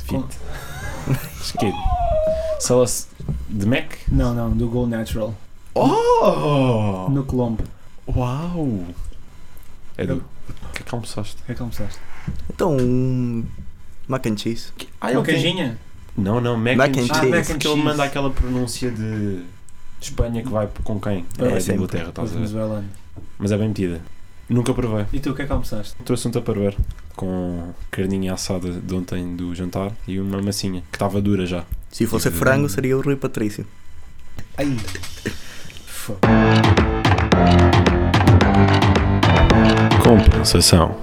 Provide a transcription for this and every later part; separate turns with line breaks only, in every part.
Fit. Skid. Só as- de Mac?
Não, não, do Go Natural.
Oh!
No Colombo.
Uau! Edu, o que é que almoçaste?
O que é que almoçaste?
Então, um mac and cheese.
Ah,
Uma
ele tem-
queijinha?
Não, não, Mac,
Mac
and
and
Cheese.
cheese.
Ah,
Mac and
que ele
cheese.
manda aquela pronúncia de Espanha que vai com quem?
É,
É, de
sempre.
Inglaterra, estás a ver?
venezuelano.
Mas é bem metida. Nunca provei.
E tu, o que é que almoçaste?
Trouxe um tupperware com carninha assada de ontem do jantar e uma massinha que estava dura já.
Se
Hum.
fosse
Uhum.
frango, seria o Rui Patrício.
Ai! Fô.
Compensação.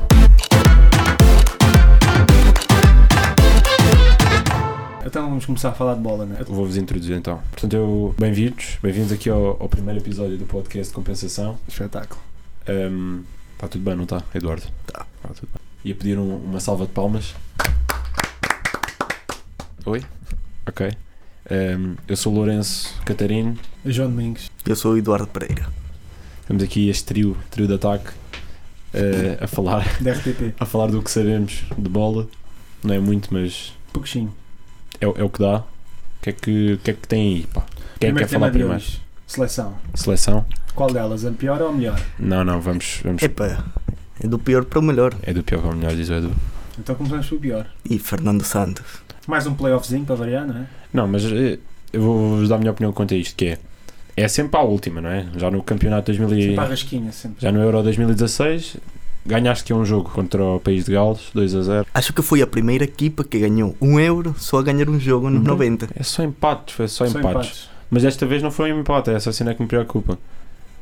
Então vamos começar a falar de bola, né?
Vou-vos introduzir então. Portanto, eu bem-vindos, bem-vindos aqui ao, ao primeiro episódio do podcast Compensação.
Espetáculo.
Está tudo bem, não está, Eduardo?
Tá.
Está tudo bem. Ia pedir um- uma salva de palmas. Oi? Ok. Ehm, eu sou Lourenço Catarino.
João Domingos.
Eu sou o Eduardo Pereira.
Temos aqui este trio, trio de ataque, eh, a falar
Da RTP.
a falar do que sabemos de bola. Não é muito, mas
Pouquinho.
é, o- é o que dá. O que é que, o que, é que tem aí? Pá? Quem é que quer falar
tema de
primeiro?
hoje. Seleção.
Seleção?
Qual delas? A pior ou a melhor?
Não, não, vamos. vamos
Epa, é do pior para o melhor.
é do pior para o melhor, diz o Edu.
Então começamos pelo pior.
E Fernando Santos.
Mais um playoffzinho para variar, não é?
Não, mas eh, eu vou vos dar a minha opinião quanto a isto, que é. É sempre a última, não é? Já no campeonato 2000
Sempre
e,
à rasquinha, sempre.
Já no Euro 2016 ganhaste que é um jogo contra o país de Gales, 2 a 0.
Acho que foi a primeira equipa que ganhou um euro só a ganhar um jogo nos
Uhum.
90.
É só empates, foi só, empates. Mas desta vez não foi um empate, é essa cena que me preocupa.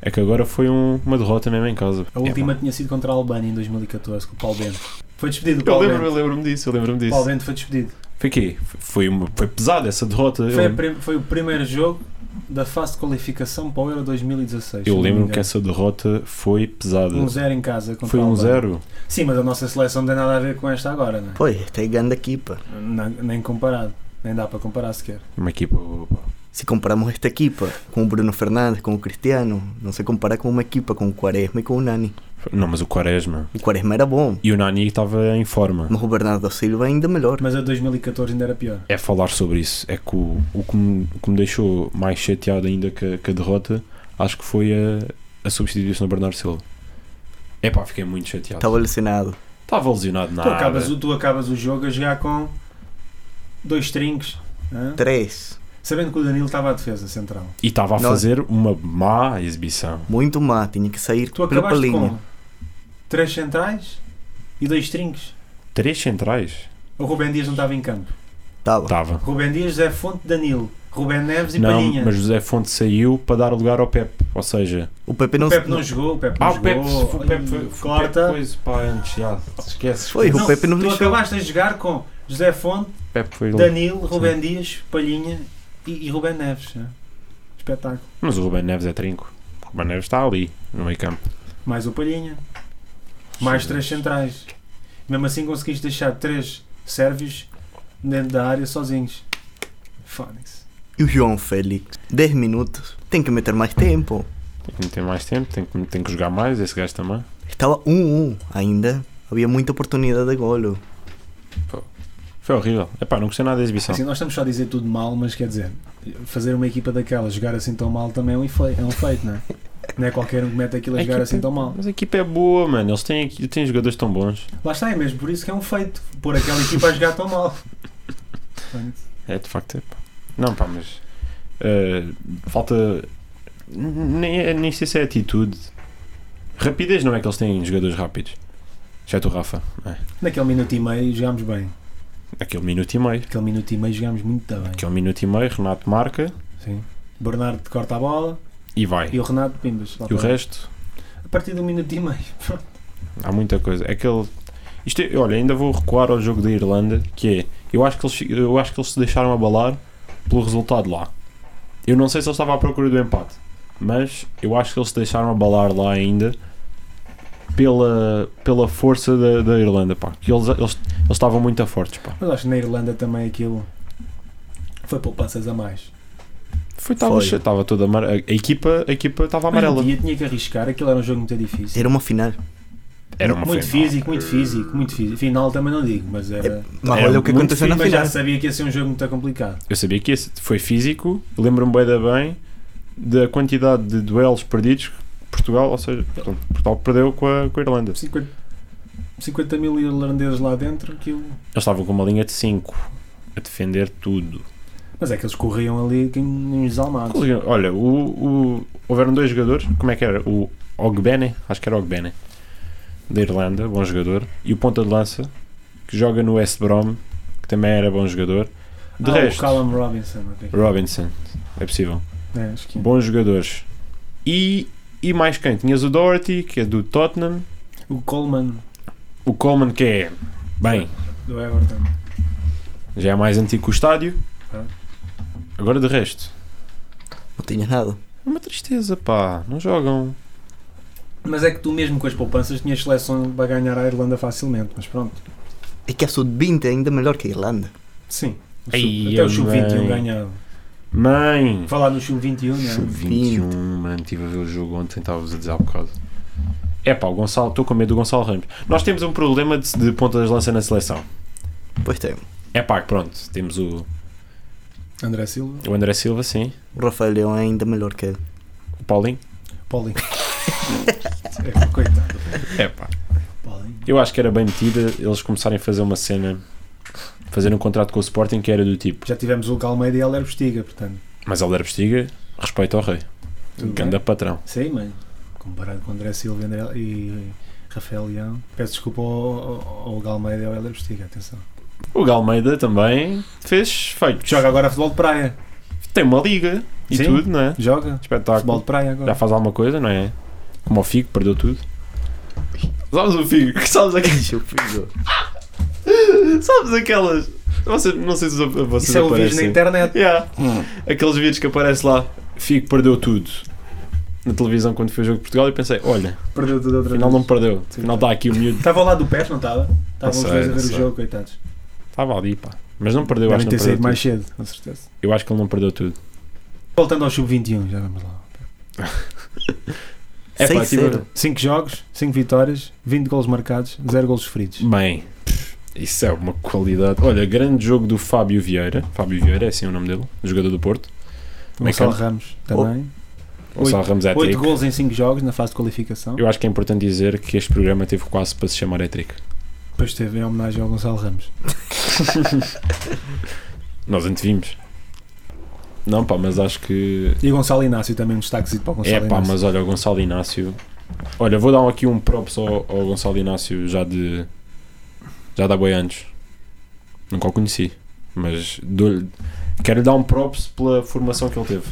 É que agora foi um- uma derrota mesmo em casa.
A
É,
última
pá.
tinha sido contra a Albânia em 2014, com o Paulo Bento. Foi despedido o
Eu
Paulo
lembro-me
Bento.
lembro disso, eu lembro-me
O Paulo
disso.
Bento foi despedido.
Foi quê? Foi, uma, foi pesada essa derrota. eu
Foi, a
lembro.
prim- foi o primeiro jogo da fase de qualificação para o Euro 2016.
Eu lembro-me que
é
essa derrota foi pesada.
Um zero em casa contra
foi
a
um
Albânia.
zero.
Sim, mas a nossa seleção não tem nada a ver com esta agora, né?
Pô, esta é grande equipa.
Não- Nem comparado. Nem dá para comparar sequer.
Uma equipa. opa.
Se comparamos esta equipa com o Bruno Fernandes, com o Cristiano, não se compara com uma equipa com o Quaresma e com o Nani.
Não, mas o Quaresma.
O Quaresma era bom,
E o Nani estava em forma.
mas o Bernardo Silva é ainda melhor.
Mas a 2014 ainda era pior.
é falar sobre isso. É que o, o, que, me, o que me deixou mais chateado ainda que, a- que a derrota, acho que foi a, a substituição do Bernardo Silva. É pá, fiquei muito chateado.
Estava lesionado.
Estava lesionado
Tu
nada.
acabas, o, tu acabas o jogo a jogar com dois trinques, hã?
Três.
sabendo que o Danilo estava à defesa central.
E estava a
Não.
fazer uma má exibição.
Muito má, tinha que sair
Tu
pela
acabaste
linha.
com três centrais e dois trinques.
Três centrais?
O Rubem Dias não estava em campo.
Estava.
Estava.
Rubem Dias, Zé Fonte, Danilo, Rubem Neves e
Não,
Palhinha.
mas José Fonte saiu para dar lugar ao Pepe. Ou seja,
O Pepe
O
não,
Pepe não jogou, o Pepe não
ah, o Pepe,
jogou. Hum,
o Pepe foi, foi o Pepe
Corta.
coisa para antes. Já, esquece.
Foi,
esquece.
o Pepe não
tu
deixou.
acabaste a jogar com José Fonte,
Pepe foi um ele.
Danilo, Rubem Dias, Palhinha e, e Rubem Neves. né? Espetáculo.
Mas o Ruben Neves é trinco. O Ruben Neves está ali, no meio campo.
Mais o Palhinha. Mais três centrais. Mesmo assim conseguiste deixar três sérvios dentro da área sozinhos. Fónix.
E o João Félix? 10 minutos. Tem que meter mais tempo.
Tem que meter mais tempo, tem que, tem que jogar mais. Esse gajo também.
Estava 1-1 ainda. Havia muita oportunidade de golo.
Foi horrível. Epá, não gostei nada da exibição.
Assim, nós estamos só a dizer tudo mal, mas quer dizer, fazer uma equipa daquela jogar assim tão mal também é um, efeito, é um feito, não é? Não é qualquer um que mete aquilo a
A
jogar
equipa-
assim tão mal.
Mas a equipa é boa, mano. Eles têm, equi- têm jogadores tão bons.
Lá está, é mesmo por isso que é um feito, pôr aquela equipa a jogar tão mal.
É, de facto, é, pá. Não, pá, mas... eh, falta... n- Nem, é- nem sei se é atitude. Rapidez não é que eles têm jogadores rápidos. Exceto o Rafa. não é?
Naquele minuto e meio jogámos bem.
Aquele minuto e meio.
Naquele minuto e meio jogámos muito bem.
Aquele minuto e meio, Renato marca
Sim. Bernardo corta a bola
e vai.
e o Renato Pimbas. lá
E o
para-
resto,
A partir de um minuto e meio. pronto.
há muita coisa. É que ele... Isto é- olha, ainda vou recuar ao jogo da Irlanda, que é... Eu acho que eles, eu acho que eles se deixaram abalar pelo resultado lá. Eu não sei se eles estavam à procura do empate, mas eu acho que eles se deixaram abalar lá ainda pela, pela força da, da Irlanda, pá. Que eles, eles, eles estavam muito fortes, pá.
Mas acho que na Irlanda também aquilo foi poupanças a mais.
Foi, estava
Foi.
cheio, estava toda amare- a, a equipa A equipa estava
Mas não
amarela.
tinha, tinha que arriscar, aquilo era um jogo muito difícil.
Era uma final.
Era uma
muito
final.
físico, muito físico, muito físico. Final também não digo, mas era.
Mas
É,
olha o que
muito
aconteceu na
mas já
final.
sabia que ia ser um jogo muito complicado.
Eu sabia que esse foi físico, lembro-me bem da bem da quantidade de duelos perdidos que Portugal, ou seja, portanto, Portugal perdeu com a, com a Irlanda. Eles
50, 50 mil irlandeses lá dentro, aquilo.
estavam com uma linha de 5 a defender tudo.
Mas é que eles corriam ali que uns desalmados.
Conseguiram- Olha, o, o- houveram dois jogadores, como é que era? O Ogbene, acho que era Ogbene, da Irlanda, bom jogador, e o ponta de lança, que joga no West Brom, que também era bom jogador. De
ah,
resto,
o Callum Robinson. ok.
Robinson, é possível.
É, acho que é.
Bons jogadores. E, e mais quem? Tinhas o Doherty, que é do Tottenham,
O Coleman
o Coleman, que é, bem,
do Everton.
já é mais antigo que o estádio.
Ah.
Agora de resto,
Não tinha nada.
é uma tristeza, pá, não jogam.
Mas é que tu mesmo com as poupanças tinhas seleção para ganhar a Irlanda facilmente, mas pronto.
É que a sub-20 é ainda melhor que a Irlanda.
Sim. O
Ai,
sub- até o Sub-21
amém.
ganhava.
Mãe!
Falar no Sub-21, né?
Sub-21, mano, estive a ver o jogo ontem, estava-vos a dizer há bocado. É pá, o Gonçalo, estou com medo do Gonçalo Ramos. Nós temos um problema de, de pontas de lança na seleção.
Pois tem.
É pá, pronto, temos o,
André Silva,
o André Silva, sim,
O Rafael Leão é ainda melhor que ele.
o Paulinho.
Paulinho. é, coitado,
É pá,
Paulinho.
eu acho que era bem metida eles começarem a fazer uma cena, fazer um contrato com o Sporting que era do tipo,
Já tivemos o Calmeida e a Alero Bestiga, portanto.
mas Alder Bestiga, respeito ao rei,
tudo
ganda
bem.
patrão.
Sim, mas comparado com André Silva e André- e Rafael Leão, peço desculpa ao, ao, ao Galmeida e ao Hélder Bestiga, atenção.
O Galmeida também fez feito.
Joga agora futebol de praia.
Tem uma liga e
Sim.
tudo, não é?
Joga. Futebol
Espetáculo.
de praia agora.
Já faz alguma coisa, não é? Como o Figo, perdeu tudo. Sabes o Figo? Sabes, aqu- sabes aquelas. Vocês, não sei se a- a vocês
Isso é o vídeo na
aparecem.
internet.
Yeah. Aqueles vídeos que aparecem lá. Figo perdeu tudo. Na televisão, quando foi o jogo de Portugal, eu pensei: olha,
Perdeu tudo outra
afinal
vez.
não perdeu.
Sim.
Afinal está aqui o miúdo.
Estava ao lado do PES, não estava?
Não
Estavam os
sei,
dois a
não
ver o
sei.
jogo, coitados.
Estava ali, pá. Mas não perdeu, acho
Devem
que
ter
não perdeu.
saído mais
Tudo.
cedo, com certeza.
Eu acho que ele não perdeu tudo.
Voltando ao Sub-21, já vamos lá.
É pá,
6-0.
5 jogos, 5 vitórias, 20 gols marcados, 0 gols sofridos.
Bem, pff, isso é uma qualidade. Olha, grande jogo do Fábio Vieira. Fábio Vieira é assim o nome dele, jogador do Porto.
Gonçalo
Bem,
Ramos também.
Gonçalo Ramos é
8
trico.
gols em 5 jogos na fase de qualificação.
Eu acho que é importante dizer que este programa teve quase para se chamar é Etric.
Depois teve em homenagem ao Gonçalo Ramos.
Nós antevimos. Não, pá, mas acho que.
E o Gonçalo Inácio também, um destaquezinho para o Gonçalo
é pá,
Inácio.
mas olha, o Gonçalo Inácio. Olha, vou dar aqui um props ao, ao Gonçalo Inácio já de. Já dá boi anos. Nunca o conheci. Mas dou-lhe- quero lhe dar um props pela formação que ele teve.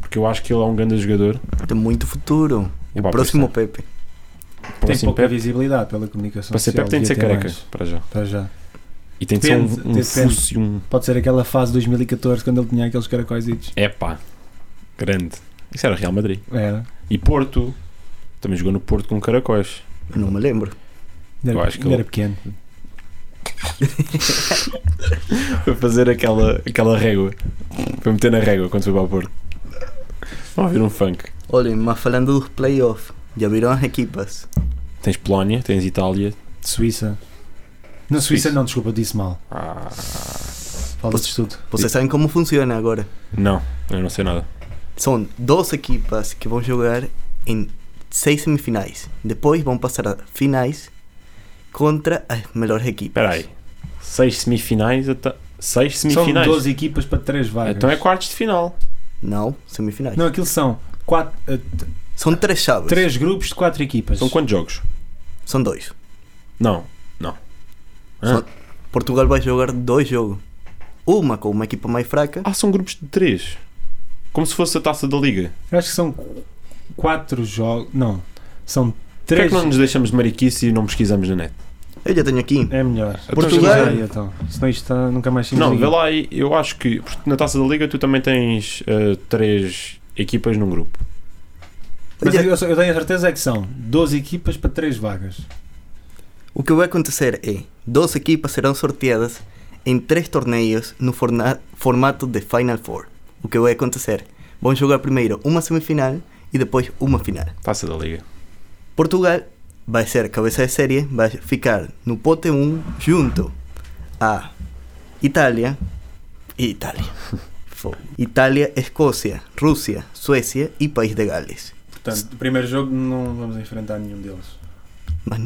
Porque eu acho que ele é um grande jogador.
Tem muito Este futuro.
É pá,
O próximo Pepe.
Para
Tem
assim,
pouca
Pepe-
visibilidade pela comunicação
para ser
social.
Pepe tem de ser
devia ter
careca,
mais.
para já.
Para já.
E tem de
Depende,
ser um, um
depende.
fúcio, um
Pode ser aquela fase de 2014, quando ele tinha aqueles caracóisitos.
Epá, grande. Isso era Real Madrid.
Era.
E Porto. Também jogou no Porto com caracóis.
Eu não me lembro.
Ainda
Eu
era,
acho que
ainda
ele-
era pequeno.
Foi fazer aquela, aquela régua. Foi meter na régua quando foi para o Porto. Vão ouvir um funk.
Olhem, mas falando dos playoffs, já viram as equipas?
Tens Polónia, tens Itália.
Suíça. Na Suíça,
Suíça.
não, desculpa, disse mal.
Ah,
Falta de estudo.
Vocês sabem como funciona agora.
não, eu não sei nada.
São 12 equipas que vão jogar em seis semifinais. Depois vão passar a finais contra as melhores equipas.
Espera aí. Seis semifinais até... Seis
São
semifinais?
12 equipas para 3 vagas.
então é quartos de final.
Não, semifinais.
Não, aquilo são 4,
São três chaves.
3 grupos de 4 equipas.
São quantos jogos?
São dois.
Não. Ah.
São- Portugal vai jogar dois jogos. Uma com uma equipa mais fraca.
Ah, são grupos de três. Como se fosse a taça da liga.
Eu acho que são 4 jogos. Não, são
Porquê é
3.
que não nos deixamos de mariquice e não pesquisamos na net?
Eu já tenho aqui.
É melhor.
Então,
Portugal-
Pesquisa aí, então. Senão isto está- nunca mais temos
Não,
ninguém.
vê lá aí, eu acho que porque na taça da liga tu também tens eh, três equipas num grupo.
Eu
Mas
já-
eu, eu tenho a certeza é que são 12 equipas para 3 vagas.
O que vai acontecer é: duas equipas serão sorteadas em três torneios no forna- formato de Final Four. O que vai acontecer? Vão jogar primeiro uma semifinal e depois uma final.
Taça da liga.
Portugal vai ser cabeça de série, vai ficar no pote 1 junto a Itália, Itália, Fogo. Itália, Escócia, Rússia, Suécia e País de Gales.
Portanto, o primeiro jogo não vamos enfrentar nenhum deles.
Mas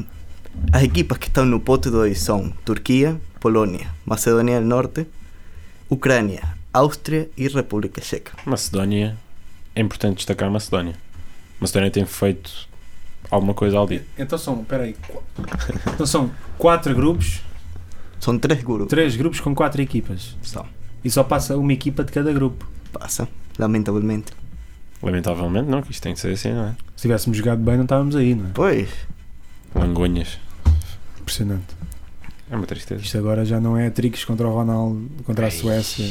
as equipas que estão no pote 2 são Turquia, Polônia, Macedônia do Norte, Ucrânia, Áustria e República Checa.
Macedónia. É importante destacar a Macedónia. Macedónia tem feito alguma coisa ao dia.
Então são, peraí, qu- então são quatro grupos,
São três grupos.
três grupos com quatro equipas.
São.
E só passa uma equipa de cada grupo.
Passa, lamentavelmente.
Lamentavelmente, não, que isto tem que ser assim, não é?
Se tivéssemos jogado bem, não estávamos aí, não é?
Pois,
Langonhas.
Impressionante.
É uma tristeza.
Isto agora já não é tricks contra o Ronaldo, contra a Suécia.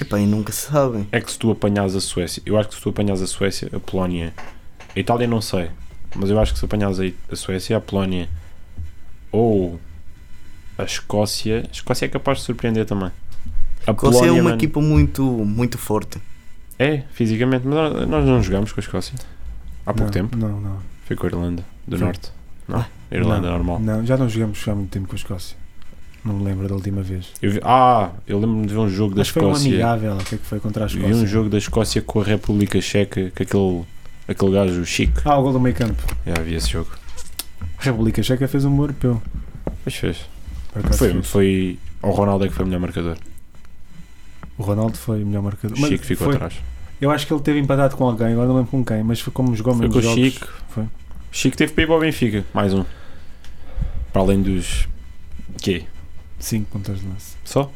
epá, e nunca se sabe.
É que se tu apanhas a Suécia, eu acho que se tu apanhas a Suécia, a Polónia, a Itália não sei, mas eu acho que se apanhas a, a Suécia, a Polónia ou a Escócia, a Escócia é capaz de surpreender também. A
Escócia é
Polónia,
uma
mano,
equipa muito, muito forte.
é, fisicamente, mas nós- nós não jogamos com a Escócia. Há pouco
não,
tempo,
Não, não.
foi com a Irlanda do
Foi.
Norte. Ah, Não, Irlanda
não,
normal.
Não, já não jogamos há muito tempo com a Escócia. Não me lembro da última vez.
Eu vi- ah, eu lembro-me de ver um jogo da
Mas foi um
Escócia.
amigável, o que é que foi contra a
Vi
Escócia?
um jogo da Escócia com a República Checa, que aquele, aquele gajo chique.
Ah, o gol do meio campo.
Já vi esse jogo.
A República Checa fez um bom europeu.
Mas fez.
por acaso
Foi,
fez.
foi o Ronaldo é que foi o melhor marcador.
O Ronaldo foi o melhor marcador.
O
Mas
Chico ficou
foi-
atrás.
Eu acho que ele teve empatado com alguém, agora não lembro com quem, mas foi como jogou
Foi
menos
com o
jogos.
Chico.
Foi.
O Chico teve para ir para o Benfica. Mais um. Para além dos. quê?
5 contas de lance.
Só?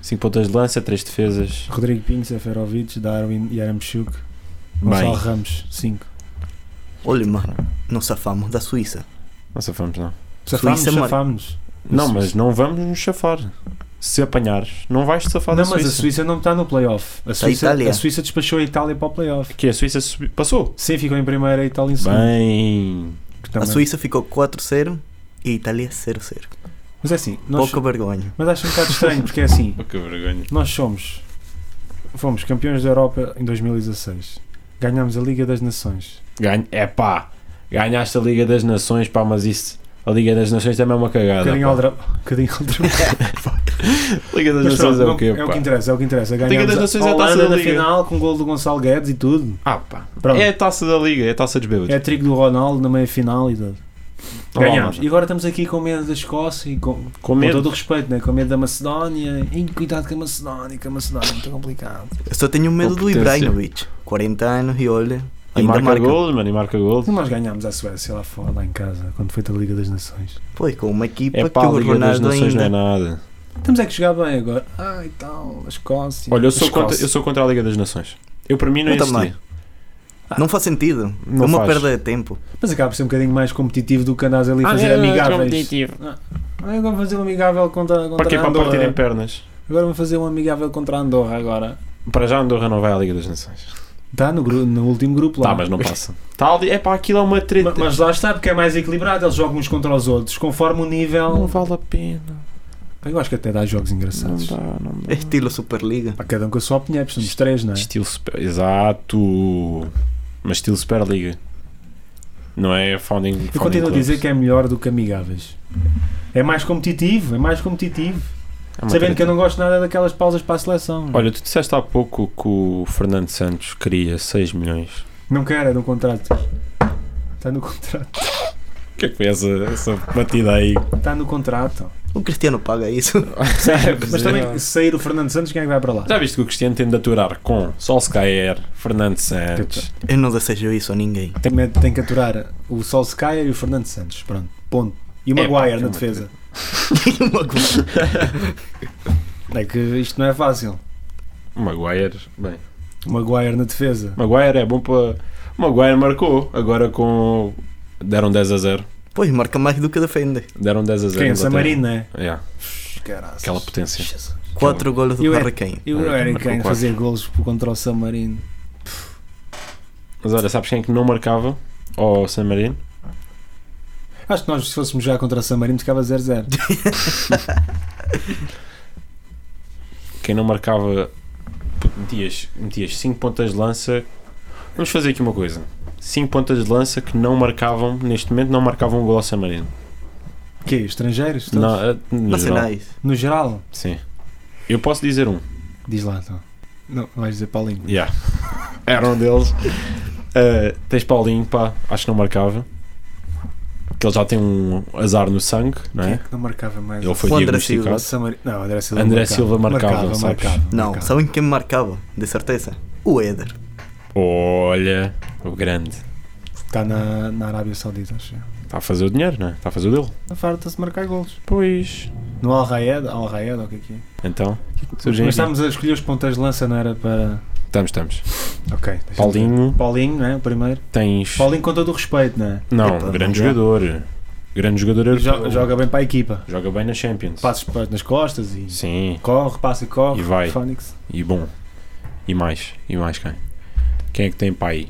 5 pontas de lança, 3 defesas.
Rodrigo Pinho, Seferovic, Darwin, Yaramchuk, Gonçalo
Bem.
Ramos, 5.
Olha, mano, não safamos da Suíça.
Não safamos, não.
Safámos,
Suíça, mano.
safámos.
Não, mas não vamos nos chafar. Se apanhares, não vais te safar
Não,
da
mas
Suíça.
a Suíça não está no playoff. A Suíça,
Itália.
a Suíça despachou a Itália para o playoff.
Que a Suíça subi- passou.
Sim, ficou em primeira, a Itália em segundo.
Bem.
que também-
A Suíça ficou 4-0 e a Itália 0-0.
Mas é assim, nós,
Pouca vergonha.
mas acho um bocado estranho, porque é assim,
Oh, que vergonha.
nós somos, fomos campeões da Europa em 2016. Ganhámos a Liga das Nações.
Ganha, é pá. Ganhaste a Liga das Nações, pá, mas isso. A Liga das Nações também é uma
Um
cagada.
bocadinho
pá.
ao dra- um bocadinho ao dra-
Liga das
Mas
Nações
pronto,
é o
não-
quê,
é o
pá?
que interessa, é o que interessa.
das
Ganhámos a
Nações é a
Holanda
taça da
na
Liga.
final com o gol do Gonçalo Guedes e tudo.
Ah, pá.
Pronto.
É a taça da liga, é a taça dos bêbados.
É trigo do Ronaldo na meia-final e tudo.
Olá,
Ganhámos.
Tá malta.
E agora estamos aqui com medo da Escócia e com,
Com
com
medo.
todo o respeito, né? com medo da Macedónia. Ih, cuidado com a Macedónia, que a Macedónia é muito complicado.
Eu só tenho medo do
Competência.
Ibrahimovic. 40 anos e olha,
E
ainda
marca,
marca.
golos, mano, e marca golos.
Nós ganhámos a Suécia lá fora, lá em casa, quando foi da Liga das Nações.
Pois, com uma equipa
É
que
pá, a
o
Liga das
Ronaldo
Nações não é
ainda...
nada.
Temos é que jogar bem agora. Ah, e tal, a Escócia.
Olha, eu sou,
Escócia.
contra, eu sou contra a Liga das Nações. Eu para mim não
Eu
existia.
Não faz sentido.
Não
é uma
faz.
perda de tempo.
Mas acaba por ser um bocadinho mais competitivo do que andares
Ah,
ali a
é,
fazer amigáveis. Ah, eu vou fazer um amigável contra,
Para
contra
quê?
a
Para
Andorra.
partirem pernas.
Agora vou fazer um amigável contra a Andorra agora.
Para já a Andorra não vai à Liga das Nações.
Está no, gru- no último grupo lá.
Tá, mas não passa. Tá ali, é pá, aquilo é uma treta.
Ma- Mas lá está, porque é mais equilibrado, eles jogam uns contra os outros, conforme o
Não
nível.
vale a pena.
Eu acho que até dá jogos
Não
engraçados.
dá, não
É
dá.
estilo Superliga.
Há cada um com a sua opinião, porque somos três, não é?
Estilo super... Exato. Mas estilo Superliga. Não é founding
Eu
founding
continuo a
clubs.
dizer que é melhor do que amigáveis. É mais competitivo, é mais competitivo.
É uma
Sabendo
treta.
que eu não gosto nada daquelas pausas para a seleção.
Olha, tu disseste há pouco que o Fernando Santos queria 6 milhões.
Não quero, é no contrato. Está no contrato.
O que é que foi essa, essa batida aí?
Está no contrato.
O Cristiano paga isso.
Mas também, se sair o Fernando Santos, quem é que vai para lá?
Já viste que o Cristiano tem de aturar com Solskjaer, Fernando Santos.
Eu não desejo isso a ninguém.
Tem, tem que aturar o Solskjaer e o Fernando Santos. Pronto, ponto. E o
É, pá,
Maguire
é
na
uma
defesa.
Uma coisa.
É que isto não é fácil.
O Maguire, bem.
O Maguire na defesa.
o Maguire é bom para. O Maguire marcou, agora com. Deram 10 a 0.
pois, marca mais do que defende.
Deram 10 a 0.
Quem?
à Inglaterra.
Samarino, não é?
Yeah,
Caraças.
aquela potência.
Jesus.
4 golos do
Eu é-
Harry Kane.
E o
Ah,
Harry
marcou
Kane
quatro.
fazer golos contra o Samarino.
Mas olha, sabes quem é que não marcava? Ou o Samarino?
Acho que nós, se fôssemos já contra o Samarino, ficava 0-0.
Quem não marcava. Metias 5 pontas de lança. Vamos fazer aqui uma coisa. 5 pontas de lança que não marcavam, neste momento, não marcavam um gol ao San Marino.
Que Estrangeiros? todos?
Não, eh, no geral,
Nacionais.
No geral?
sim. Eu posso dizer um.
Diz lá então. Não, vais dizer Paulinho.
Yeah. Era um deles. Uh, tens Paulinho, pá, acho que não marcava. Que ele já tem um azar no sangue, não
Quem é
é?
que não marcava mais?
Ele foi
Foi André
diagnosticado.
Samari... Não, André Silva
André
marcava.
Silva marcava, sabes?
Não,
marcava.
sabem quem marcava? De certeza. O Éder.
Olha, o grande.
Está Tá na, na Arábia Saudita, acho. eu.
Está a fazer o dinheiro, não é? Está a fazer o dele.
Farta-se de marcar golos.
Pois.
No Al Rayed, Al Rayed, ou o que é que é?
Então,
Mas
surgem aqui.
estávamos a escolher os pontas de lança, não era para.
estamos, estamos.
Ok. deixa-me ver.
Paulinho,
Paulinho, né? O primeiro.
tens.
Paulinho com todo o respeito, né?
Não,
Epa,
grande
não.
jogador. Grande jogador
é?
europeu.
Joga, joga bem para a equipa.
Joga bem na Champions.
Passos para- nas costas e.
Sim,
Corre, passa e corre.
E vai.
Fónix.
e bom. E mais, e mais quem? Quem é que tem para aí?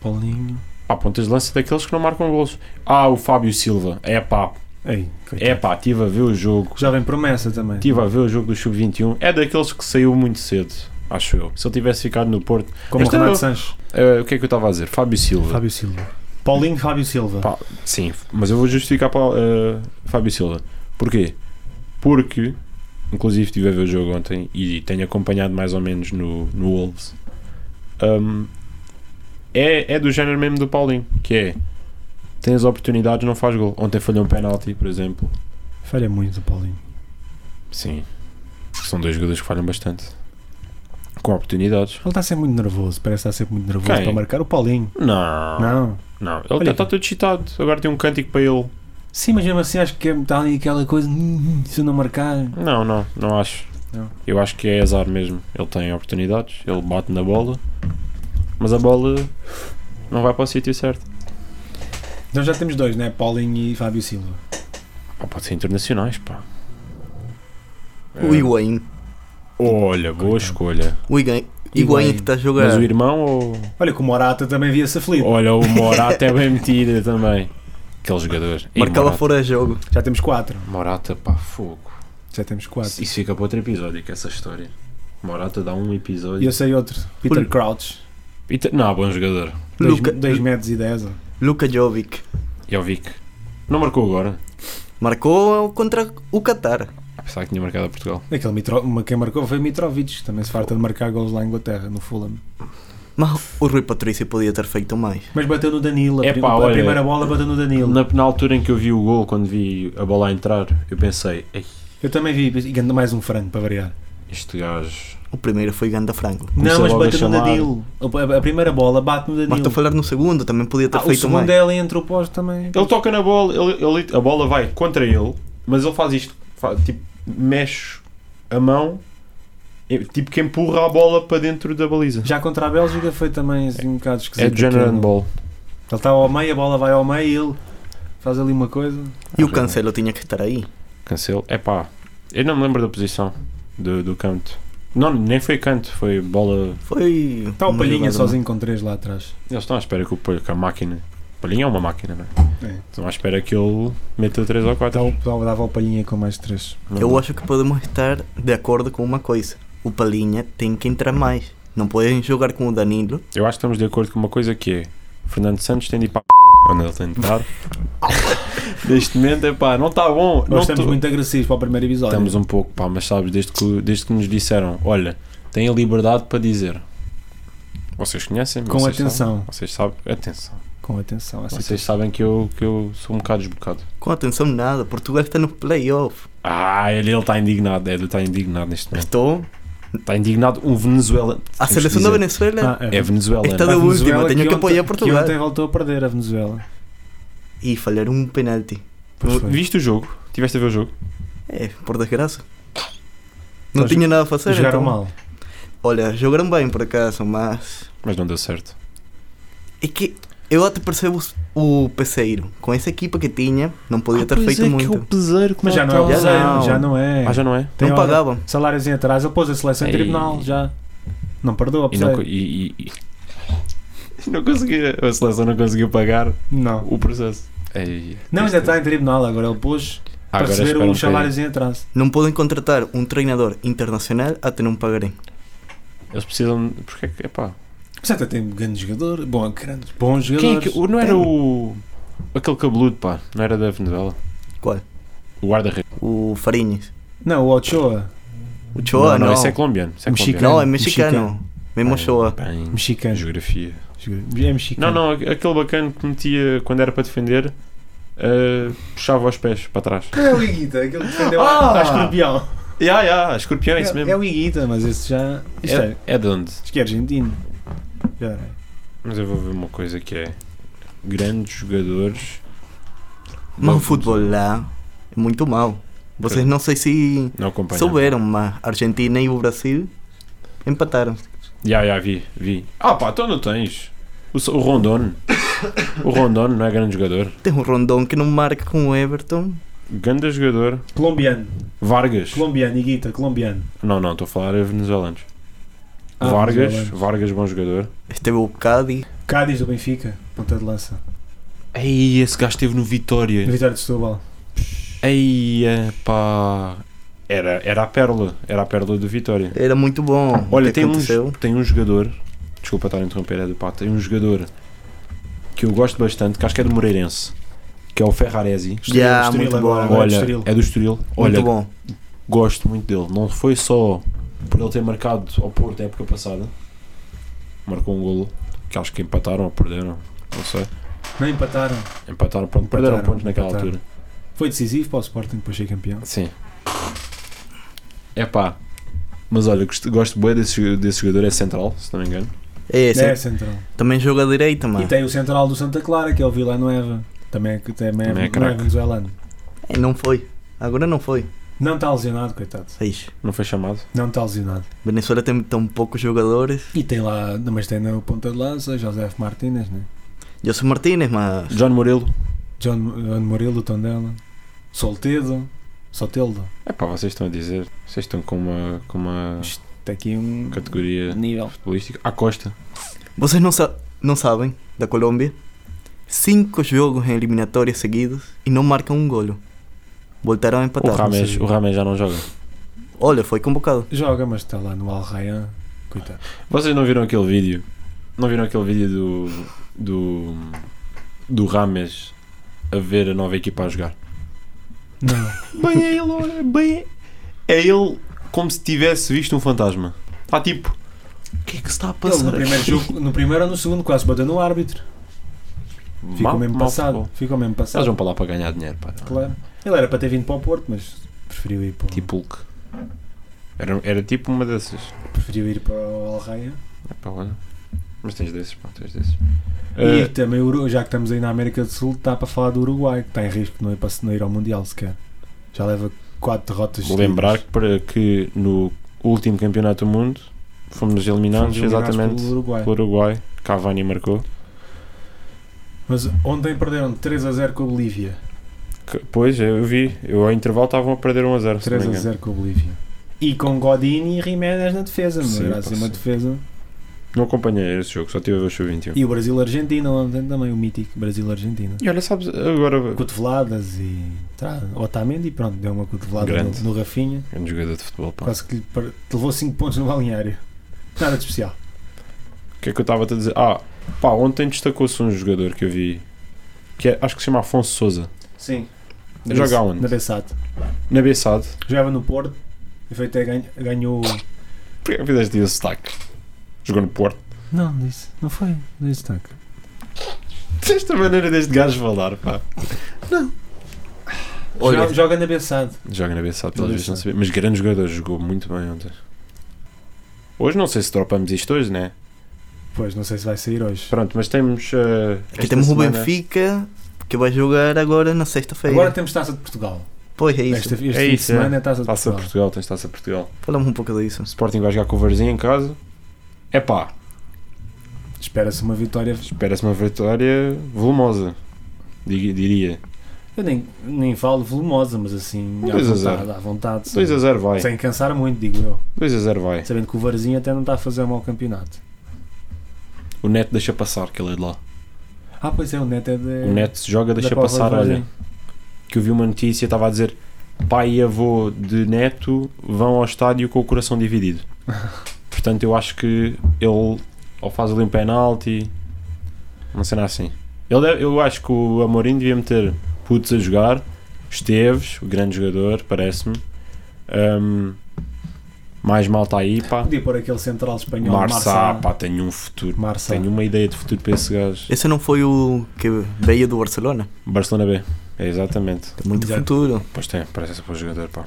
Paulinho.
Pá, pontas de lança daqueles que não marcam golos. Ah, o Fábio Silva. É pá,
Ei,
é
coitado.
pá, estive a ver o jogo.
Jovem promessa também.
Estive É. a ver o jogo do Sub-21. É daqueles que saiu muito cedo, acho eu. Se ele tivesse ficado no Porto.
Como o
Este é
Renato
o-
Sanches.
Eh, o que é que eu estava a dizer? Fábio Silva.
Fábio Silva. Paulinho Fábio Silva.
Pá, Sim, mas eu vou justificar para eh, Fábio Silva. Porquê? Porque, inclusive, estive a ver o jogo ontem e tenho acompanhado mais ou menos no, no Wolves. Ahm, é, é do género mesmo do Paulinho, que é tens oportunidades, não faz gol. Ontem falhou um penalti, por exemplo.
Falha muito o Paulinho.
Sim, são dois jogadores que falham bastante com oportunidades.
Ele está sempre muito nervoso. Parece estar sempre muito nervoso
Quem? Ah.
para marcar o Paulinho.
Não, não,
Não.
ele tá,
Olha
está
aqui.
todo excitado. Agora tem um cântico para ele.
Sim, mas mesmo assim acho que está ali aquela coisa. "Hum, hum, Se eu não marcar.
Não, não, não acho.
Não.
Eu acho que é azar mesmo. Ele tem oportunidades, ele bate na bola, mas a bola não vai para o sítio certo.
Então já temos dois, né? Paulinho e Fábio Silva.
Pá, pode ser internacionais, pá.
É.
O
É.
Higuaín.
Olha, boa escolha.
O Higuaín,
Higuaín.
Higuaín que tá está a
Mas
jogar.
o irmão ou.
Olha que o Morata também via-se aflito.
Olha, o Morata é bem metido também. Aquele jogador. Ih,
Marcava
Morata.
fora de jogo.
Oh.
Já temos quatro.
Morata, pá, fogo.
Já temos quatro.
Isso fica para outro episódio, que essa história. Morata dá um
E
episódio.
eu sei outro. Peter
Por-
Crouch.
E te- Não, bom jogador.
Luca,
2 metros e 10.
Luka Jovic.
Eu vi que. Não marcou agora.
Marcou contra o Qatar.
Apesar que tinha marcado a Portugal.
Aquele Mitro... uma- Quem marcou foi Mitrovic. que Também se farta de marcar golos lá em Inglaterra, no Fulham.
Mas o Rui Patrício podia ter feito mais.
Mas bateu no Danilo. A,
Epá,
prim- a
olha,
primeira bola bateu no Danilo.
Na, na altura em que eu vi o gol, quando vi a bola a entrar, eu pensei, "Ei,
Eu também vi. pensei, E anda mais um frango para variar.
este gajo.
O primeiro foi Ganda Franco.
Começou
não, mas
logo a
bateu no
chamar.
Danilo. A- A, a primeira bola bate no
Mas estou
Danilo.
a falar no segundo, também podia ter
Ah, o
feito
segundo
mais.
dela entra o posto também.
Ele toca na bola, ele, ele- a bola vai contra ele, mas ele faz isto, fa- tipo, mexe a mão, e- tipo que empurra a bola para dentro da baliza.
Já contra a Bélgica foi também assim, um bocado esquisito.
É do género
aquilo.
handball.
Ele está ao meio, a bola vai ao meio e ele faz ali uma coisa.
E o Cancelo tinha que estar aí.
Cancelo. É pá, eu não me lembro da posição do, do canto. Não, nem foi canto, foi bola.
Foi.
Está Tá o
uma
Palhinha
jogada
sozinho com três lá atrás.
Eles estão à espera que o Palhinha, que a máquina. Palhinha é uma máquina, não é?
É.
Estão à espera que ele meta 3 ou 4.
Então o pessoal dava o Palhinha com mais três.
má. Eu acho que podemos estar de acordo com uma coisa. O Palhinha tem que entrar mais. Não podem jogar com o Danilo.
Eu acho que estamos de acordo com uma coisa que é Fernando Santos tem de ir para a onde ele tem de estar. Neste momento, é pá, não está bom.
Nós
Não
estamos
tô-
muito agressivos para o primeiro episódio.
Estamos um pouco, pá, mas sabes, desde que, desde que nos disseram, olha, têm a liberdade para dizer. Vocês conhecem?
com
vocês
atenção.
Sabem, vocês sabem, atenção.
Com atenção. Essa
Assim, Vocês sabem que eu, que eu sou um bocado desbocado.
Com atenção, nada. Portugal está no playoff.
Ah, ele ele está indignado, Edu está indignado neste momento.
Estou.
Está indignado um venezuelano.
A
Temos que
seleção da
dizer,
Venezuela
Ah, é.
É venezuelano.
Está
A
da
Venezuela
última. Tenho que
ontem-
apoiar Portugal.
Que ontem voltou a perder a Venezuela.
E falharam um penalti.
Pois foi.
Viste o jogo? Tiveste a ver o jogo?
É, por desgraça. Não
Mas
tinha nada a fazer.
Jogaram
então-
mal.
Olha, jogaram bem por acaso, mas.
Mas não deu certo.
É que eu até percebo os- o Peseiro. Com essa equipa que tinha, não podia ter feito muito.
peseiro Ah, é que
Mas já não é o
Já
Cruzeiro,
não.
já não é.
Ah, já não é?
Tem
Não
hora.
pagavam.
Salários em atrás, ele pôs a seleção em
Ei.
tribunal já. Não perdoa,
E não,
não,
co- e, e- e- não conseguia, a seleção não conseguiu pagar
não.
o processo. Ei,
Não, ainda
tristeza.
está em tribunal agora. Ele pôs para
Agora
receber
espera um
os salários em atraso.
Não podem contratar um treinador internacional até não pagarem.
bocadinho. Eles precisam. Porque é que. Epá,
Mas até tem grande jogador, bom, grandes, bons
Quem é
jogadores.
que, o- não era o. aquele cabeludo, pá. Não era da Venezuela.
Qual?
O guarda-redes.
O Farinhas.
Não, o Ochoa,
O Choa,
não,
não.
esse é colombiano. Esse é
O
colombiano.
Não, é
mexicano.
mexicano. Mesmo Choa.
Bem,
mexicano.
geografia.
É mexicano.
Não, não, aqu- aquele bacana que metia quando era para defender, eh, puxava os pés para trás.
Não é o Iguita, aquele que defendeu
Ah!
a, a escorpião.
Ya, ya, escorpião, é isso
É, é
mesmo.
o Iguita, mas esse já. Isto é,
É, é de onde?
isto que é argentino. Já. é.
Mas eu vou ver uma coisa que é. Grandes jogadores.
No futebol lá é muito mau. Vocês não sei se
Não acompanho.
souberam, mas a Argentina e o Brasil empataram.
Já, já, vi, vi. Ah pá, então não tens. O, so- o Rondon. o Rondon não é grande jogador.
Tem um Rondon que não marca com o Everton.
Grande jogador.
Colombiano,
Vargas.
colombiano, Iguita, colombiano.
Não, não, estou a falar venezuelanos.
Ah,
Vargas,
venezuelanos.
Vargas, bom jogador.
Esteve o Cádiz.
Cádiz do Benfica, ponta de lança.
Ei, esse gajo esteve no Vitória.
Vitória de Setúbal.
Ei, pá. Era, era a pérola. Era a pérola do Vitória.
Era muito bom. o
Olha,
que
tem um,
aconteceu.
tem um jogador. Desculpa estar a interromper, é do pá. Tem um jogador que eu gosto bastante, que acho que é do Moreirense. Que é o Ferraresi.
Estoril,
Já,
Estoril
muito
agora,
bom.
agora
Olha,
Estoril.
é do Estoril.
Muito
Olha,
bom.
gosto muito dele. Não foi só por ele ter marcado ao Porto a época passada. Marcou um golo que acho que empataram ou perderam. Não sei.
Não empataram.
Empataram, pronto,
Empataram,
perderam pontos naquela
empataram.
altura.
Foi decisivo para o Sporting depois ser campeão.
Sim. É pá. Mas olha, gosto, gosto bem desse, desse jogador, é central, se não me engano.
É, sim.
É central.
Também joga direita, mano.
E tem o central do Santa Clara, que é o Villanueva. Também é, que- também é,
Também é
não é
craque.
venezuelano.
É, Não foi. Agora não foi.
Não está lesionado, coitado.
Seis.
Não foi chamado.
Não está lesionado.
Venezuela tem tão poucos jogadores.
E tem lá, mas tem na ponta de lança, José Martínez, né?
José Martínez, mas
John Morelo.
John John Murilo, Tondela. Soltedo. Soteldo.
É pá, vocês estão a dizer. Vocês estão com uma, com uma
Tem aqui um
categoria
nível.
futebolística. A Costa.
vocês não, sa- não sabem da Colômbia. Cinco jogos em eliminatórias seguidos e não marcam um golo. Voltaram a
O
empatar.
Rames, o Rames já não joga.
Olha, foi convocado.
Joga, mas está lá no Al Rayyan. Coitado.
Vocês não viram aquele vídeo? Não viram aquele vídeo do. do. do Rames a ver a nova equipa a jogar?
Não.
Bem é ele, olha, bem é. É ele como se tivesse visto um fantasma. Está tipo. O que é que se está a
Ele no
passar?
primeiro jogo, no primeiro ou no segundo, quase bateu no árbitro. Ficou
Mal-
mesmo
mal
passado.
futebol.
Ficou mesmo
Eles
passado.
vão para lá para ganhar dinheiro, pá.
Claro. Ele era para ter vindo para o Porto, mas preferiu ir para, o-
Tipo Hulk. Era, era tipo uma dessas.
preferiu ir para o Al Rayyan.
É pá, olha. Mas tens desses, pá, tens desses.
E
Eh,
também, o Uru- já que estamos aí na América do Sul, está para falar do Uruguai, que está em risco de não ir, para, não ir ao Mundial sequer. Já leva 4 derrotas.
Vou lembrar
seguidas.
que, para, que no último campeonato do mundo fomos eliminados,
Fomos eliminados
exatamente
um pelo
pelo
Uruguai.
Uruguai. Cavani marcou.
Mas ontem perderam 3 a 0 com a Bolívia.
Que- pois, eu vi. Eu ao intervalo estavam a perder 1 a 0. se não me
3 a
engano.
0 com a Bolívia. E com Godini e Jiménez na defesa, não
Sim,
era
pá,
assim uma
sim.
defesa.
Não acompanhei esse jogo, só tive a ver o sub-21.
E o Brasil-Argentina ontem também, o mítico Brasil-Argentina.
E olha, sabes, agora.
Cotoveladas e. Tá, Otamendi, pronto, deu uma cotovelada no,
Grande.
no Rafinha.
Grande jogador de futebol, pá.
Quase que lhe par- levou 5 pontos no balneário. Nada de especial.
O que é que eu estava a te dizer? Ah, pá, ontem destacou-se um jogador que eu vi. Que é- acho que se chama Afonso Souza.
Sim.
Joga aonde?
Na Bessat.
Na Bessade.
Jogava no Porto e foi até ganho- ganhou.
Porquê que fizeste esse sotaque? Jogou no Porto.
Não, disse. Não foi. Não disse tá, tanque.
Desta maneira deste gajo falar, pá.
Olha,
Joga, joga na Bessade.
Joga na Bessade,
Na
pelas vezes não
Bessade.
sabia. Mas grande jogador, jogou muito bem ontem. Hoje não sei se dropamos isto hoje, né?
Pois, não sei se vai sair hoje.
Pronto, mas temos. eh,
aqui um
esta
temos
semana-
o Benfica que vai jogar agora na sexta-feira.
Agora temos Taça de Portugal.
Pois é isso.
Esta, este
É
fim
isso,
de semana é Taça de
Taça
Portugal.
Portugal, tens taça Portugal.
Falamos um pouco disso.
O Sporting vai jogar com o Varzinho em casa. É pá,
Espera-se uma vitória.
espera-se uma vitória volumosa, dig- diria.
Eu nem, nem falo volumosa, mas assim. à
2 a 0.
vontade. À vontade
2 a 0 vai.
Sem cansar muito, digo eu.
2 a 0 vai.
Sabendo que o Varzinho até não está a fazer um mau campeonato.
O Neto deixa passar, que ele é de lá.
Ah, pois é, o Neto é de.
O Neto se joga,
da
deixa
Póvoa
passar,
de
olha.
Varzim.
que eu vi uma notícia, estava a dizer pai e avô de neto vão ao estádio com o coração dividido. Portanto, eu acho que ele ou faz ali um penalti, uma cena assim. Ele deve- eu acho que o Amorim devia meter putos a jogar, Esteves, o grande jogador, parece-me. Ahm, mais malta aí, pá.
Podia pôr aquele central espanhol,
Marçá,
Marçal.
pá, tenho um futuro.
Marçal.
Tenho uma ideia de futuro para esse gajo.
Esse não foi o que veio do Barcelona?
Barcelona B. É exatamente.
Tem muito
Exato.
futuro.
Pois tem, parece ser para o jogador, pá.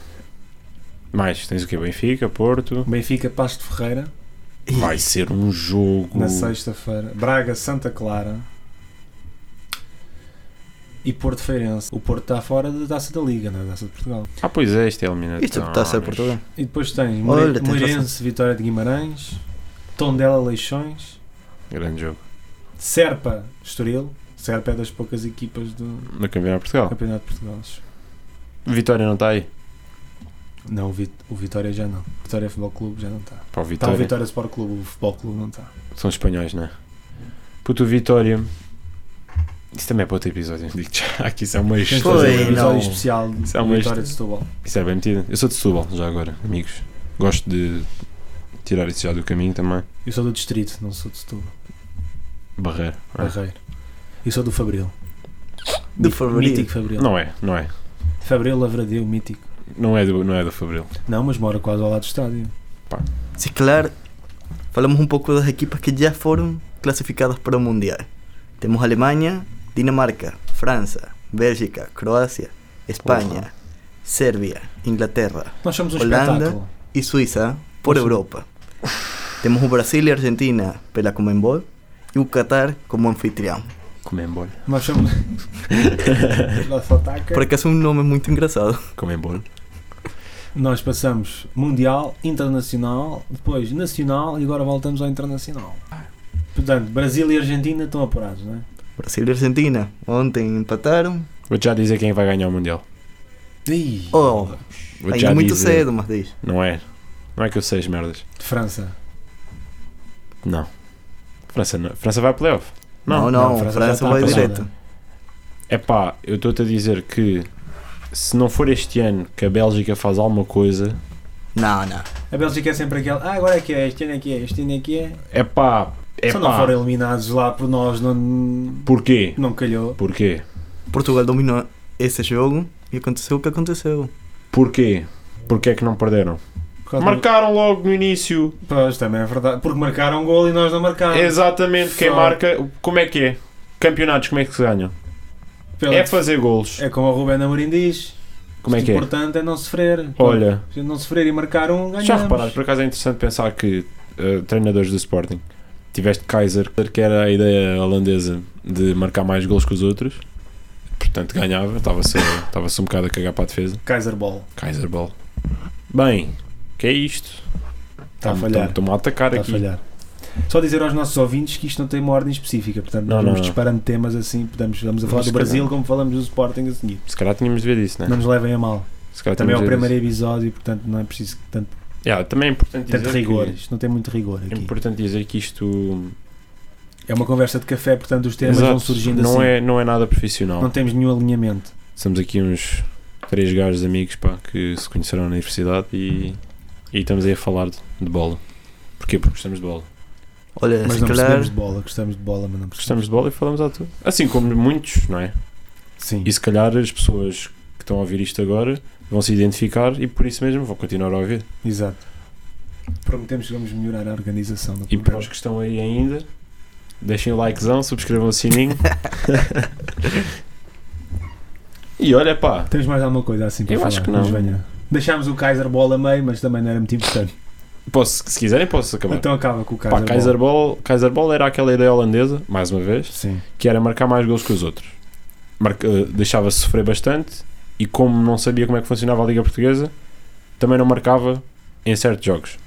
Mais, tens o quê? Benfica, Porto.
Benfica, Pasto de Ferreira,
Vai ser um jogo.
na sexta-feira. Braga, Santa Clara. E Porto Feirense. O Porto está fora da taça da Liga, na taça de Portugal.
Ah, pois é, isto é eliminatório.
Isto está a ser Portugal.
E depois tens
Olha,
Moire-
tens
Moreirense, Vitória de Guimarães. Tondela, Leixões.
Grande jogo.
Serpa, Estoril. Serpa é das poucas equipas do
No Campeonato de Portugal.
Campeonato de Portugal. acho.
Vitória não está aí.
Não, o, Vit- o Vitória já não. O Vitória Futebol Clube já não está.
Para o
Está o
Vitória.
Vitória Sport Clube, o Futebol Clube não tá. está.
São espanhóis, não é? Puto, o Vitória. Isso também é para outro episódio. Digo já, aqui isso é uma
Tens de
história.
fazer um episódio
não.
especial de
Isso é uma
Vitória
hist-
de Setúbal.
Isso é bem metido. Eu sou de Setúbal, já agora, amigos. Gosto de tirar isso já do caminho também.
Eu sou do Distrito, não sou de Setúbal.
Barreiro. não é?
Barreiro. Eu sou do Fabril.
Do
Mi-
Fabril.
Mítico Fabril.
Não é, não é.
Fabril Lavradio, mítico.
Não é do, não é do Fabril.
Não, mas mora quase ao lado do estádio.
Se claro, falamos um pouco das equipas que já foram classificadas para o Mundial. Temos Alemanha, Dinamarca, França, Bélgica, Croácia, Espanha, Sérvia, Inglaterra
Nós somos um
Holanda.
espetáculo.
e Suíza por
Oxe.
Europa. Temos o Brasil e a Argentina pela Comembol e o Qatar como anfitrião.
Comembol.
Nós somos. tá Nosso ataque.
Por acaso é um nome muito engraçado.
Comembol.
Nós passamos Mundial, Internacional, depois Nacional e agora voltamos ao Internacional. Portanto, Brasil e Argentina estão apurados, não é?
Brasil e Argentina ontem empataram.
Vou-te já dizer quem vai ganhar o Mundial.
Ih,
Oh,
Vou-te
ainda
já
muito
dizer.
cedo, mas diz.
Não é. Não é que eu sei as merdas.
França.
Não. França, não. França vai a playoff. Não,
Não, não,
França
França,
já está
vai
passada.
direto.
É pá, eu estou-te a dizer que se não for este ano que a Bélgica faz alguma coisa,
Não, não.
A Bélgica é sempre aquela. Ah, agora é que é, este ano é que é, este ano é que é.
é pá, é
Se não
pá.
foram eliminados lá por nós, não,
Porquê?
não calhou.
Porquê?
Portugal dominou esse jogo e aconteceu o que aconteceu.
Porquê? Porquê é que não perderam?
Por causa do-
Marcaram logo no início.
Pois, também é verdade. Porque marcaram um gol e nós não marcámos.
Exatamente, quem
Só-
marca, como é que é? Campeonatos, como é que se ganham?
Pela-
É fazer golos.
é como o Rubén Amorim diz.
Como é
o
que é?
importante é não sofrer.
Olha,
Se não sofrer e marcar um, ganhamos.
já reparaste, por acaso é interessante pensar que eh, treinadores do Sporting tiveste Kaiser, que era a ideia holandesa de marcar mais golos que os outros, portanto ganhava, estava-se estava-se um bocado a cagar para a defesa.
Kaiser Ball.
Kaiser Ball. Bem, que é isto?
Está Tá a
Estão-
falhar.
Estão-me a atacar
Está a
Então, aqui.
falhar. Só dizer aos nossos ouvintes que isto não tem uma ordem específica, portanto,
Não,
nós
não,
vamos
não.
disparando temas assim, podemos, vamos a falar
Vamos
do Brasil
calhar.
como falamos do Sporting a seguir.
Se calhar tínhamos de ver isso, né?
Não nos levem a mal.
Se calhar
Também é o
tínhamos de ver
primeiro episódio, portanto, não é preciso tanto,
isso. Yeah, também é importante
tanto
dizer
rigor.
que-
Isto não tem muito rigor
É
aqui.
importante dizer que isto
É uma conversa de café, portanto, os temas
Exato,
vão surgindo
não
assim.
é Não é nada profissional.
Não temos nenhum alinhamento.
Somos aqui uns três gajos amigos pá, que se conheceram na universidade e, e estamos aí a falar de, de bola. Porquê? Porque gostamos de bola.
Olha,
Mas
Eh, se
não
calhar
precisamos de bola, gostamos de bola, mas não precisamos.
Gostamos de bola e falamos à toa. Assim como muitos, não é?
Sim.
E se calhar as pessoas que estão a ouvir isto agora vão se identificar e por isso mesmo vão continuar a ouvir.
Exato. Prometemos que vamos melhorar a organização do
E para
programa.
os que estão aí ainda, deixem o likezão, subscrevam o sininho. e olha pá,
Temos mais alguma coisa assim para
Eu
falar?
acho que
que nos
não.
venha. Deixámos o Kaiser Ball a meio, mas também não era muito importante.
posso, se quiserem posso acabar.
Então acaba com o Kaiser
Pá,
Ball.
Kaiser Ball, Kaiser Ball era aquela ideia holandesa, mais uma vez,
Sim.
que era marcar mais gols que os outros. Marca- eh, Deixava-se sofrer bastante e, como não sabia como é que funcionava a Liga Portuguesa, também não marcava em certos jogos.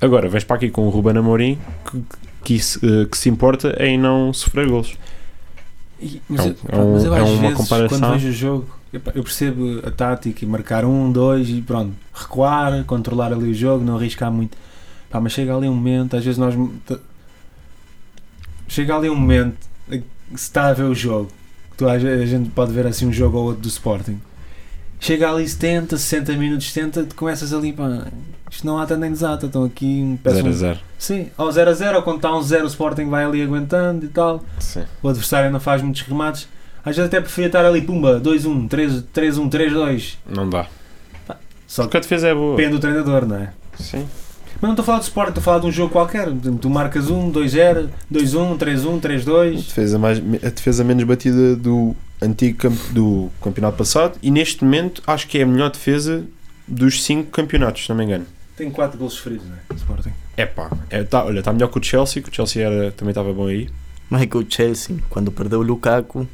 Agora, vens para aqui com o Ruben Amorim que, que, se- eh, que se importa em não sofrer gols.
E-
É
Mas,
um-
eu-
é um-
mas eu
é
às
uma
vezes,
comparação.
quando vejo o jogo, epá, eu percebo a tática e marcar um, dois e pronto, recuar, controlar ali o jogo, não arriscar muito. Pá, mas chega ali um momento, às vezes nós. t- Chega ali um momento em que se está a ver o jogo. que tu às vezes- a gente pode ver assim um jogo ou outro do Sporting. Chega ali 70, 60 minutos, 70, tu começas ali, pá, isto não há tanta nem desata, estão aqui, peço
0 a
um,
0.
Sim, ao 0 a 0, ou quando está um 0 o Sporting vai ali aguentando e tal,
Sim.
o adversário não faz muitos remates, às vezes até preferia estar ali, pumba, 2-1, 3-1, 3-2,
Não dá.
só que
Porque a defesa é boa.
depende do treinador, não é?
Sim.
Mas não estou a falar de Sporting, estou a falar de um jogo qualquer. Tu marcas 1, 2-0, 2-1, 3-1,
A
3-2.
defesa, mais, a defesa menos batida do antigo camp- do campeonato passado e neste momento acho que é a melhor defesa dos 5 campeonatos, se não me engano.
Tem 4 gols sofridos, não é? Sporting.
Epá, é, tá, olha, está melhor que o Chelsea, que o Chelsea era, também estava bom aí.
Mas é que o Chelsea, quando perdeu o Lukaku,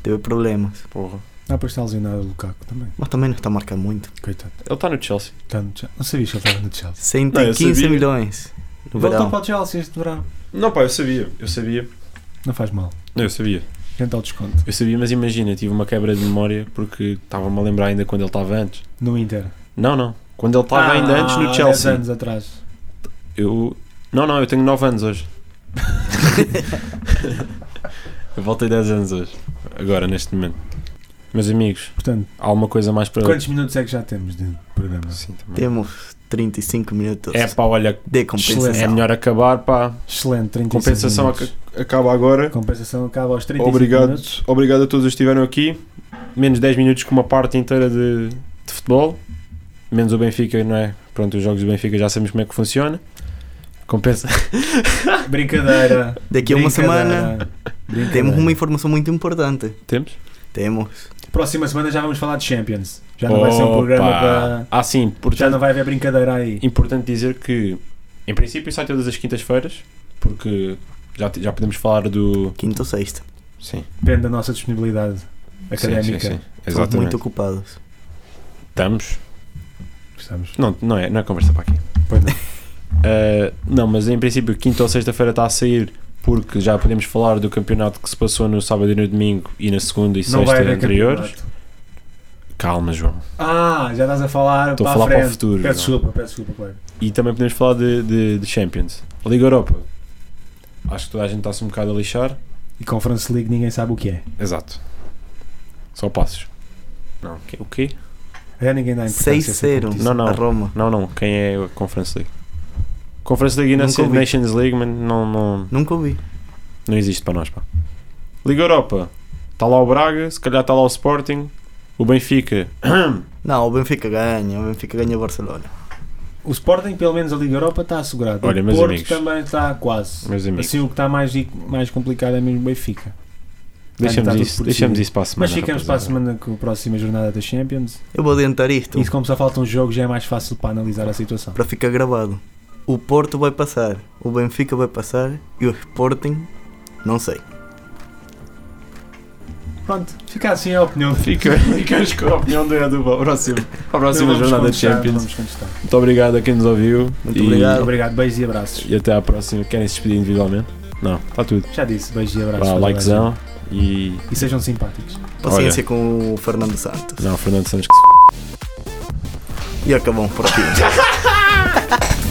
teve problemas.
Porra.
Ah, pois está lesionado o Lukaku também.
Mas também não está a marcar muito.
Coitado.
Ele está no Chelsea.
Está no Chelsea. Não sabias que ele estava no Chelsea.
115
sabia.
milhões no
Voltou
verão.
para o Chelsea este verão.
Não, pá, eu sabia, eu sabia.
Não faz mal.
Não, eu sabia.
Tenta o desconto.
Eu sabia, mas imagina, tive uma quebra de memória porque estava-me a lembrar ainda quando ele estava antes.
No Inter.
Não, não. Quando ele estava ainda antes
há
no
10
Chelsea.
Ah, anos atrás.
Eu. Não, não, eu tenho 9 anos hoje. eu voltei 10 anos hoje. Agora, neste momento. Meus amigos,
Portanto,
há alguma coisa mais para.
quantos minutos é que já temos de programa?
Sim, também.
Temos 35 minutos
É pá, olha,
de
é
compensação.
melhor acabar, pá.
Excelente, 35
Compensação
minutos.
ac- acaba agora.
Compensação acaba aos 35
Obrigado,
minutos.
obrigado a todos os que estiveram aqui. Menos 10 minutos com uma parte inteira de, de futebol. Menos o Benfica, não é? Pronto, os jogos do Benfica já sabemos como é que funciona. Compensa.
Brincadeira.
Daqui a é uma
Brincadeira.
semana temos uma informação muito importante.
Temos?
Temos.
Próxima semana já vamos falar de Champions. Já não vai ser um programa
Opa!
para.
Ah, sim,
Já
portanto,
não vai haver brincadeira aí.
importante dizer que em princípio sai todas as quintas-feiras, porque já, já podemos falar do.
Quinta ou sexta.
Sim,
Depende da nossa disponibilidade académica.
Sim, sim, sim.
Estamos muito
Exatamente.
ocupados.
Estamos.
Precisamos.
Não, não, é, não é conversa para aqui.
Pois não.
Ah, não, mas em princípio, quinta ou sexta-feira está a sair, porque já podemos falar do campeonato que se passou no sábado e no domingo e na segunda e
Não vai
sexta
haver
anteriores.
campeonato.
Calma, João.
Ah, já estás a falar
Estou a
para
falar
a frente.
para o futuro.
Peço
João.
desculpa, peço desculpa, colega.
E também podemos falar de, de, de Champions. Liga Europa. Acho que toda a gente está-se um bocado a lixar.
E Conference League ninguém sabe o que é.
Exato. Só passos. Não, o quê? o quê?
É ninguém dá importância. a essa
6-0
competição.
Não, não.
a Roma.
Não, não. Quem é a Conference League? Conference League e
Nunca
Nations-
ouvi.
Nations League, mas não, não,
Nunca ouvi.
não existe para nós, pá. Liga Europa. Está lá o Braga, se calhar está lá o Sporting. O Benfica.
Não, o Benfica ganha. O Benfica ganha o Barcelona.
O Sporting, pelo menos a Liga Europa, está assegurado.
Olha,
o
meus
Porto
amigos.
também está quase.
Meus amigos.
Assim, o que está mais, mais complicado é mesmo o Benfica.
deixamos,
está tudo
isso,
por
deixamos
decidir.
isso para a semana.
Mas ficamos para a
rapaziada.
semana com a próxima jornada da Champions.
Eu vou adiantar
Então.
isto
Isso como só falta um jogo já é mais fácil para analisar a situação.
para ficar gravado. O Porto vai passar. O Benfica vai passar. E o Sporting, não sei.
Pronto, fica assim a opinião.
Fica, ficamos com a opinião do Edu para a próxima, para a próxima
Não Então vamos
jornada de
contestar,
Champions. Ah.
não vamos contestar.
Muito obrigado a quem nos ouviu.
Muito
e,
obrigado.
Obrigado, beijos e abraços.
E até à próxima. Querem se despedir individualmente? Não, está tudo.
Já disse, beijos e abraços.
Vá,
para toda a
likezão e.
gente. E sejam simpáticos.
Paciência com o Fernando Santos.
Não, Fernando Santos que se
E acabamos por aqui.